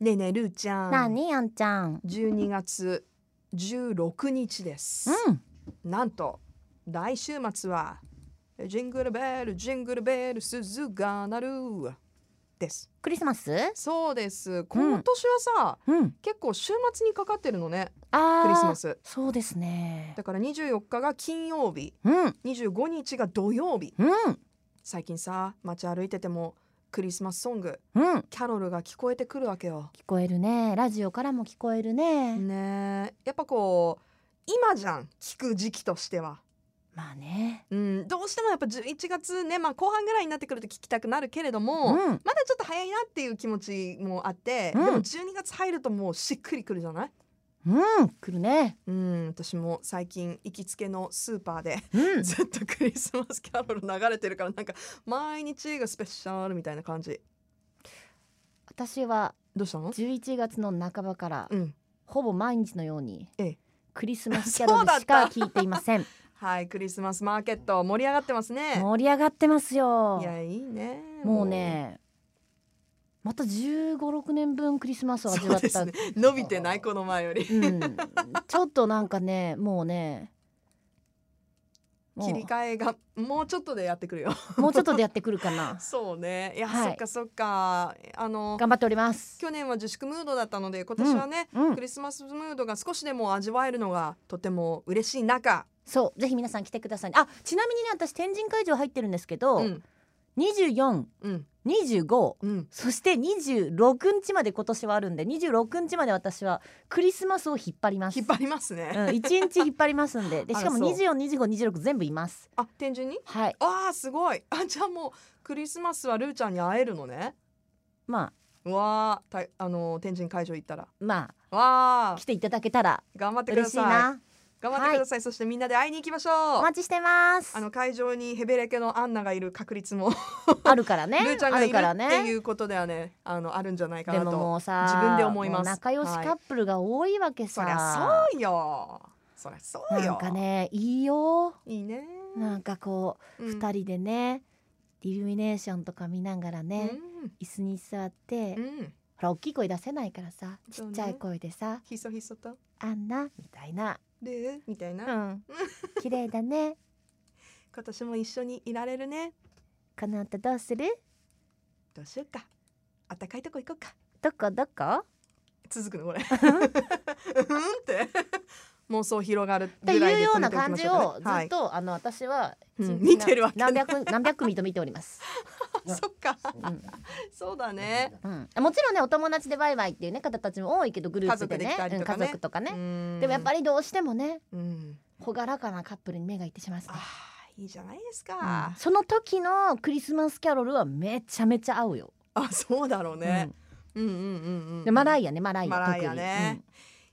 ねえねえるーちゃん。なあにあんちゃん。 12月16日です。うん。なんと来週末はジングルベルジングルベル鈴が鳴るです。クリスマス。そうです。今年はさ、うん。結構週末にかかってるのね。ああ。クリスマ。ス。そうですね。だから24日が金曜日、うん。うん。 25日が土曜日。最近さ、街歩いててもクリスマスソング、うん。キャロルが聞こえてくるわけよ。聞こえるね。ラジオからも聞こえるね。ねえ、やっぱこう今じゃん聞く時期としては。まあね。うん、どうしてもやっぱ11月ね、まあ、後半ぐらいになってくると聞きたくなるけれども、うん。まだちょっと早いなっていう気持ちもあって、うんでも12月入るともうしっくりくるじゃない、うん。来るね。うん、私も最近行きつけのスーパーで うん。ずっとクリスマスキャロル流れてるからなんか毎日がスペシャルみたいな感じ私はどうしたの、 11月の半ばからうん、ほぼ毎日のようにええ。クリスマスキャロルしか聞いていません。はいクリスマスマーケット盛り上がってますね盛り上がってますよい。やいいねもうね。また15、6年分クリスマスを味わったそうですね伸びてないこの前よりうん、ちょっとなんかねもうねも切りう替えがもうちょっとでやってくるよもうちょっとでやってくるかなそうねいや、はいそっかそっかあの頑張っております。去年は自粛ムードだったので今年はね、うんク、リスマスムードが少しでも味わえるのがとても嬉しい中、そうぜひ皆さん来てくださいねあちなみにね私天神会場入ってるんですけど、うん24、うん25うん、そして26日まで今年はあるんで26日まで私はクリスマスを引っ張ります引っ張りますね、うん、1日引っ張りますんで でしかもあそう242526全部いますあ天神にはいあーすごいあじゃあもうクリスマスはルーちゃんに会えるのねまうわーたあの天神会場行ったらあまわあー来ていただけたら頑張ってくだ嬉しいさいな頑張ってください、そしてみんなで会いに行きましょうお待ちしてますあの会場にヘベレケのアンナがいる確率もあるからね。ルーちゃんがあいるるからってね。いうことではねあのあるんじゃないかでなもともうさ、自分で思いますもう仲良しカップルが多いわけそさ。りゃそうよそりゃそうよなんかね、いいよ。いいねなんかこう二二、人でね、イルミネーションとか見ながらね、椅子に座っうて、ほん、うん、ら大きい声出せないからさ、ちそうっねちゃい声でさ、ひそひそとあんなみたいな。ルーみたいな、うん。綺麗だね。今年も一緒にいられるねこの後どうする？どうしようかあったかいとこ行こうかどこどこ？続くのこれ うんって妄想広がるってぐらいいうでよ止めうなておき感まじしょうをかねずっと、あの私は、うん見てるわけね何百何百組と見ております。はい、そっかうん。そうだねうん、もちろんねお友達でバイバイっていうね方たちも多いけどグループでね家族で来たりとかねうん家族とかね、ねでもやっぱり、りどうしてもねうん、朗らかなカップルに目がいってしまいますねあ、ーいいじゃないですうかん、その時のクリスマスキャロルはめちゃめちゃ合うよ、あそうだろうね、うん、うんうんうんううんんでマライアねマライアマライア特に、ね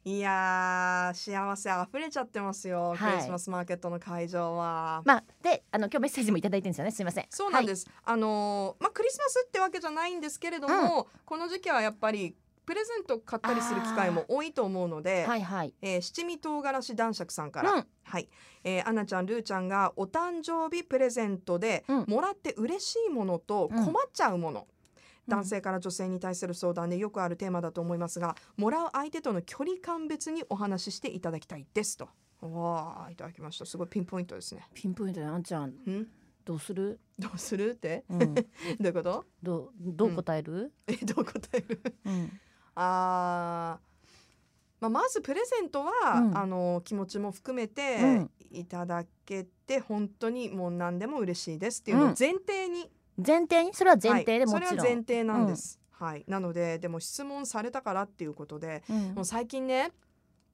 いやー幸せ溢れちゃってますよ、はいクリスマスマーケットの会場はうん。まあであの今日メッセージもいただいてるんですよねすいません、そうなんですす、あのーまあクリスマスってわけじゃないんですけれども、この時期はやっぱりプレゼント買ったりする機会も多いと思うので、はい、はいえー七味唐辛子男爵さんかはいら、うんはい、えー、アンナちゃんルーちゃんがお誕生日プレゼントでうんもらって嬉しいものとうん困っちゃうもの、男性から女性に対する相談でよくあるテーマだと思いますがもらう相手との距離感別にお話ししていただきたいですと。わあいただきましたすごいピンポイントですね。ピンポイントであんちゃんんどうする、どうするって うん、どういうことどうどう答える、えどう答えるうんあーまあ、まずプレゼントは、うんあの気持ちも含めてうんいただけて、本当にもう何でも嬉しいですっていうのをうん前提に、前提にそれは前提ではいもそちれろん、は前提なんです、はいなのででも質問されたからっていうことでうんもう最近ね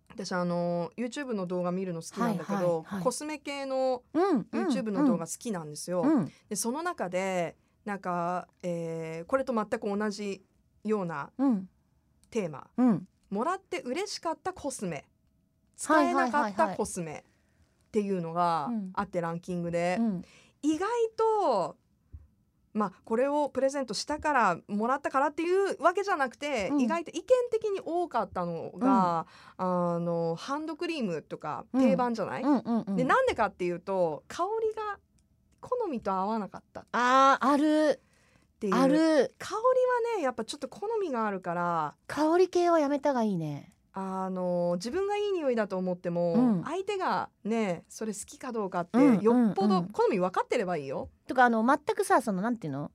私あの YouTube の動画見るの好きなんだけど、はいはいはいコスメ系のうん、 YouTube の動画好きなんですよ。うん、でその中でなんか、えーこれと全く同じようなうん、テーマうん、もらって嬉しかったコスメ使えなかはいはっいはいたはいコスメっていうのがうんあってランキングで、うん、意外とまあこれをプレゼントしたからもらったからっていうわけじゃなくて、うん意外と意見的に多かったのが、あのハンドクリームとかうん定番じゃない、うん、うん、うん。でなんでかっていうと香りが好みと合わなかったああ、ある。っていうあ香るりはねやっぱちょっと好みがあるから香り系はやめたがいいねあの自分がいい匂いだと思っても、うん相手がねそれ好きかどうかってうんよっぽうどん好み分かってればいいよ。とかあの全くさそのなんていうの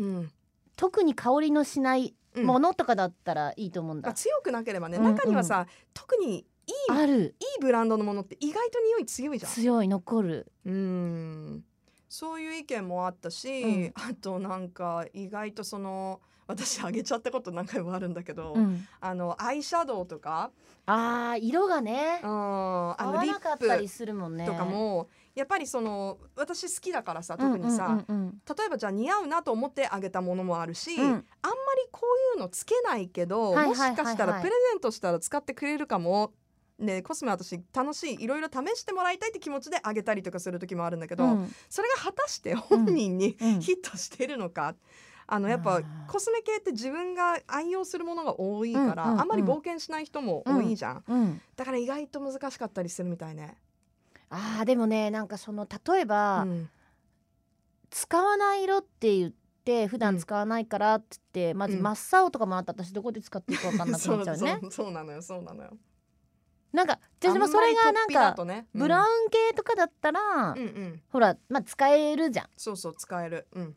うん特に香りのしないうんものとかだったらいいと思うんだ、まあ、強くなければねうんうん中にはさ、特にいいあるいいブランドのものって意外と匂い強いじゃん。強い残るうんそういう意見もあったし、うんあとなんか意外とその私あげちゃったこと何回もあるんだけど、うんあのアイシャドウとか、あー色がねうん、あ合のわリなかッったりプするもんねとかも、やっぱりその私好きだからさ特にさ、うんうん例えばじゃあ似合うなと思ってあげたものもあるし、うんうんあんまりこういうのつけないけど、はいはいはいはいもしかしたらプレゼントしたら使ってくれるかも。ね、コスメ私楽しいいろいろ試してもらいたいって気持ちであげたりとかする時もあるんだけど、うんそれが果たして本人にうんヒットしてるのか、あのやっあぱーコスメ系って自分が愛用するものが多いから、うんうんうんあんまり冒険しない人も多いじゃん、うんだから意外と難しかったりするみたいね。あーでもねなんかその例えば、うん使わない色って言って普う段ん使わないからって言って、まずうん真っ青とかもあった私どこで使っていいか分かんなくそなっうちゃそうねうそうなのよそうなのよ。なんかでもそれがなんかブラウン、ン系とかだったら、うんうん、ほらまあ使えるじゃんそうそう使える。うん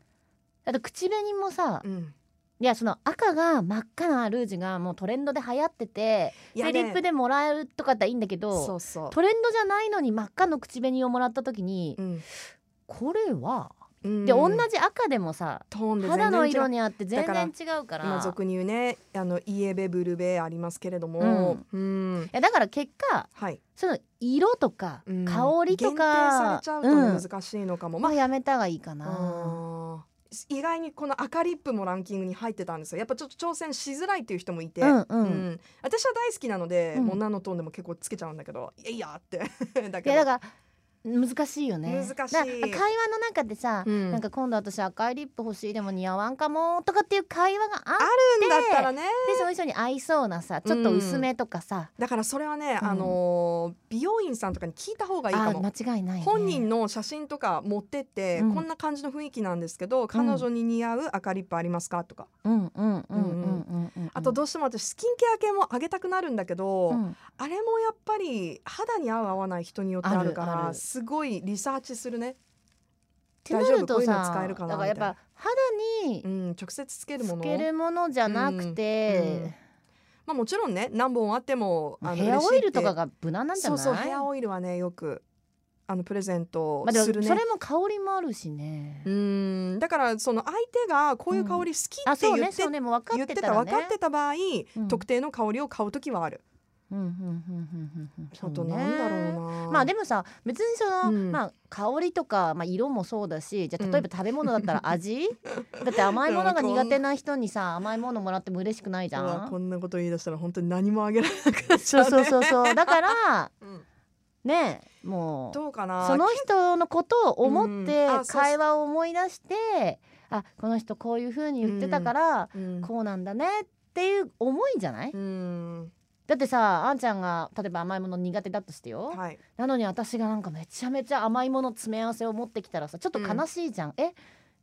あと口紅もさ、うん。いやその赤が真っ赤なルージュがもうトレンドで流行ってて、いやでねリップでもらえるとかだったらいいんだけどそうそトレンドじゃないのに真っ赤の口紅をもらった時に、う。うんこれは、うんで同じ赤でもさトーンで全然違肌うの色にあってだ全から然違うからまあ俗に言うねあのイエベブルベありますけれども、うん、いやだから結果はい、その色とかうん香りと限定さかれ、ちゃううとんね難しいのかも。まあやめたがいいかな。あー意外にこの赤リップもランキングに入ってたんですよやっぱちょっと挑戦しづらいっていう人もいて、うんう。うん私は大好きなので、うんもう何のトーンでも結構つけちゃうんだけどいやいやって だいけどやだから難しいよね。難しいだから会話の中でさ、うんなんか今度私赤いリップ欲しいでも似合わんかもとかっていう会話があっだったらねてその人に合いそうなさちょっと薄めとかさ、だからそれはね、うんあのー美容院さんとかに聞いた方がいいあかも。ー間違いない、ね。本人の写真とか持ってって、うんこんな感じの雰囲気なんですけど彼女に似合う赤リップありますかとかうんうんうんうんうんうん。あとどうしても私スキンケア系も上げたくなるんだけど、うんあれもやっぱり肌に合う合わない人によってあるからあるあるすごいリサーチするね、ってなると大丈夫こういうのさ使えるかなだからやっみたいぱ肌にうん、直接つけるもつのけるものじゃなくて、まあ、もちろんね何本あってもあのヘアオイルとかがが無難なんじゃないそうそうヘアオイルはねよくあのプレゼントまあ、すでるもね、それも香りもあるしね。うんだからその相手がこういう香り好きあ、ってそう言ね、ってそうね、もう分か言っっててたたら分ね。かってた場合、うん特定の香りを買う時はある。うんうんうんうんうんうん。あとなんだろうね。うな。まあでもさ別にそうの、んまあ香りとか、まあ、色もそうだしじゃあうん例えば食べ物だったら 味、だって甘いものが苦手な人にさ甘いものもらっても嬉しくないじゃうわこんんなこと言い出したら本当に何もあげられなくなっちそゃううね。そうそうそうだからうんねも うどうかな。その人のことを思ってうんあそう会話を思い出して、あこの人こういうふうに言ってたから、うんこうなんだねっていう思いじゃないうんだってさあんちゃんが例えば甘いもの苦手だとしてよ、はい。なのに私がなんかめちゃめちゃ甘いもの詰め合わせを持ってきたらさちょっと悲しいじゃん、え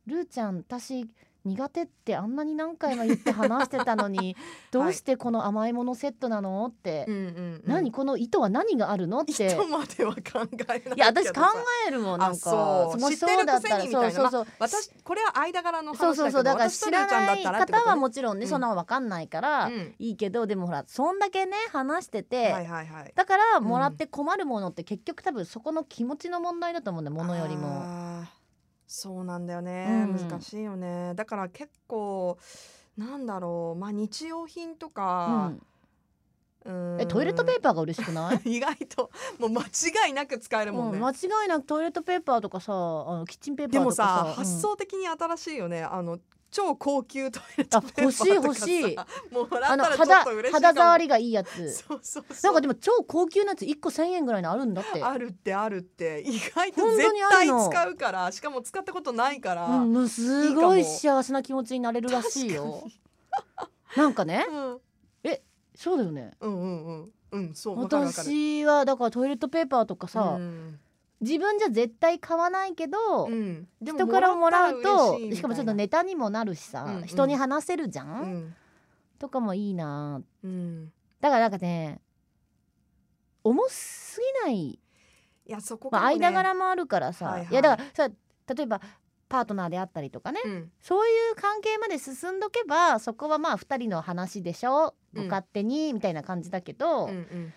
ルーちゃん私苦手ってあんなに何回も言って話して たのにどうしてこの甘いものセットなのって、うんうん、何この意図は何があるのって人までは考えないけどさ。いや私考えるもんなんかあそうもし知ってるそうだったらくせにみたいなそうそうそう私これは間柄の話だそうけどそうそうだから私と知りゅらうちゃんだなっいたらって方ことはねもちろんね、うんそんなの分かんないから、うんいいけどでもほらそんだけね話してて、はいはいはい。だからもらって困るものって結局多分そこの気持ちの問題だと思うんだよものよりも。あー。そうなんだよね、うん難しいよね。だから結構なんだろうまあ日用品とうか、ん、うんえトイレットペーパーが嬉しくない 意外ともう間違いなく使えるもんうね。ん間違いなくトイレットペーパーとかさあのキッチンペーパでーともかささ、発うん想的に新しいよね。あの超高級トイレットペーパーとかさあ欲しい欲しいもうもらあっのたらちょっ肌と嬉しいかも。肌触りがいいやつそうそうそなうんかでも超高級なやつ1個1,000円ぐらいのあるんだって、あるってあるって意外と本当絶にある対の使うからしかも使ったことないから。うん、もうすごいいいかも幸せな気持ちになれるらしいよなんかねうんそうだよねうんうんうんうんそうわかるわかる私はだからトイレットペーパーとかさ、うん自分じゃ絶対買わないけど、うん、で人からもらうと嬉しかもちょっとみネタにもなるしさ、うんうん人に話せるじゃたん、いなうんとかもいいなうんだからなんかね重すぎない、いやそこまあ、かもね間柄もあるからさ、はいいはいやだからさ例えばパートナーであったりとかねうんそういう関係まで進んどけばそこはまあ2人の話でしょうんご勝手に、みたいな感じだけど、うんうん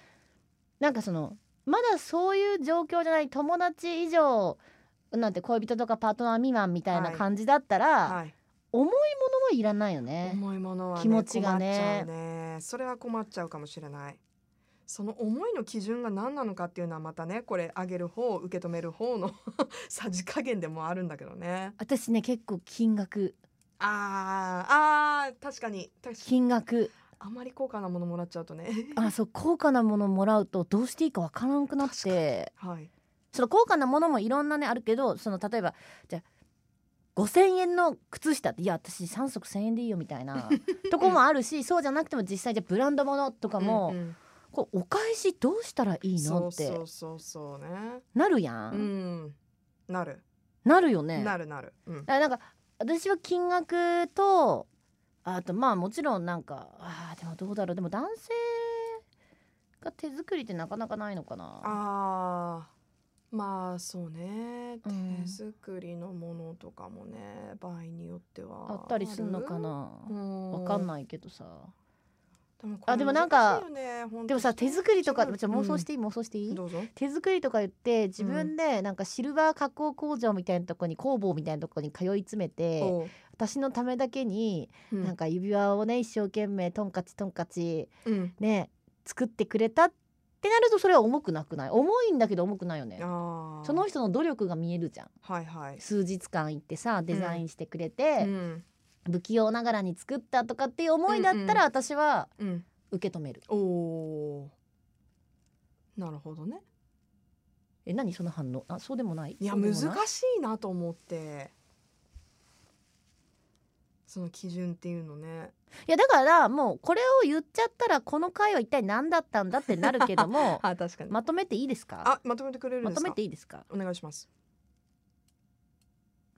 なんかそのまだそういう状況じゃない友達以上なんて恋人とかパートナー未満みたいなはい感じだったら、はい重いものはいらないよね。重いものは、ね、気持ちがね困っちゃうねそれは困っちゃうかもしれないその思いの基準が何なのかっていうのはまたねこれあげる方受け止める方の さじ加減でもあるんだけどね私ね結構金額あーあー確かに確かに金額あまり高価なものもらっちゃうとねあそう高価なものもらうとどうしていいかわからなくなっ確てはいその高価なものもいろんなねあるけどその例えばじゃあ5,000円の靴下っていや私3足1,000円でいいよみたいな とこもあるしそうじゃなくても実際じゃあブランドものとかも、うんうんこうお返しどうしたらいいそのうってそうそうそうねなるやん、うんなる、なるよねなるなるうんだからなんか私は金額とあとまあもちろんなんかあーでもどうだろうでも男性が手作りってなかなかないのかなあーまあそうねうん手作りのものとかもね場合によってはあったりするのかなわわかんいないけどさでもこれあでもなん難しかいよね本当でもさ手作りとか違うちょ妄想していい、妄想していうんいどうぞ手作りとか言って自分でなんかシルバー加工工場みたいなとこに工房みたいなとこに通い詰めて、おう私のためだけにうんなんか指輪をね一生懸命トンカチトンカチうんね作ってくれたってなるとそれは重くなくない重いんだけど重くないよねあーその人の努力が見えるじゃんはいはい数日間行ってさデザインしてくれて、うん不器用ながらに作ったとかっていう思いだったら私はうん受け止める、おおーなるほどねえ何その反応あそうでもないいやそうで難もしないいなと思ってその基準っていうのねいやだからもうこれを言っちゃったらこの回は一体何だったんだってなるけ どもあ確かにまとめていいですかあまとめてくれるんまですとかめていいですかお願いします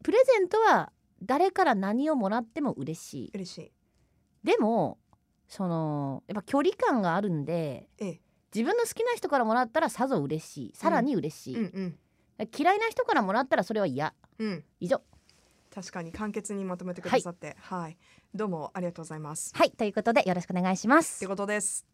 プレゼントは誰から何をもらっても嬉しい嬉しいでもそのやっぱ距離感があるんでええ自分の好きな人からもらったらさぞ嬉しいさらに嬉しうい、ん嫌いな人からもらったらそれは嫌うんうん以上確かに簡潔にまとめてくださってはい、どうもありがとうございますはいということでよろしくお願いしますってことです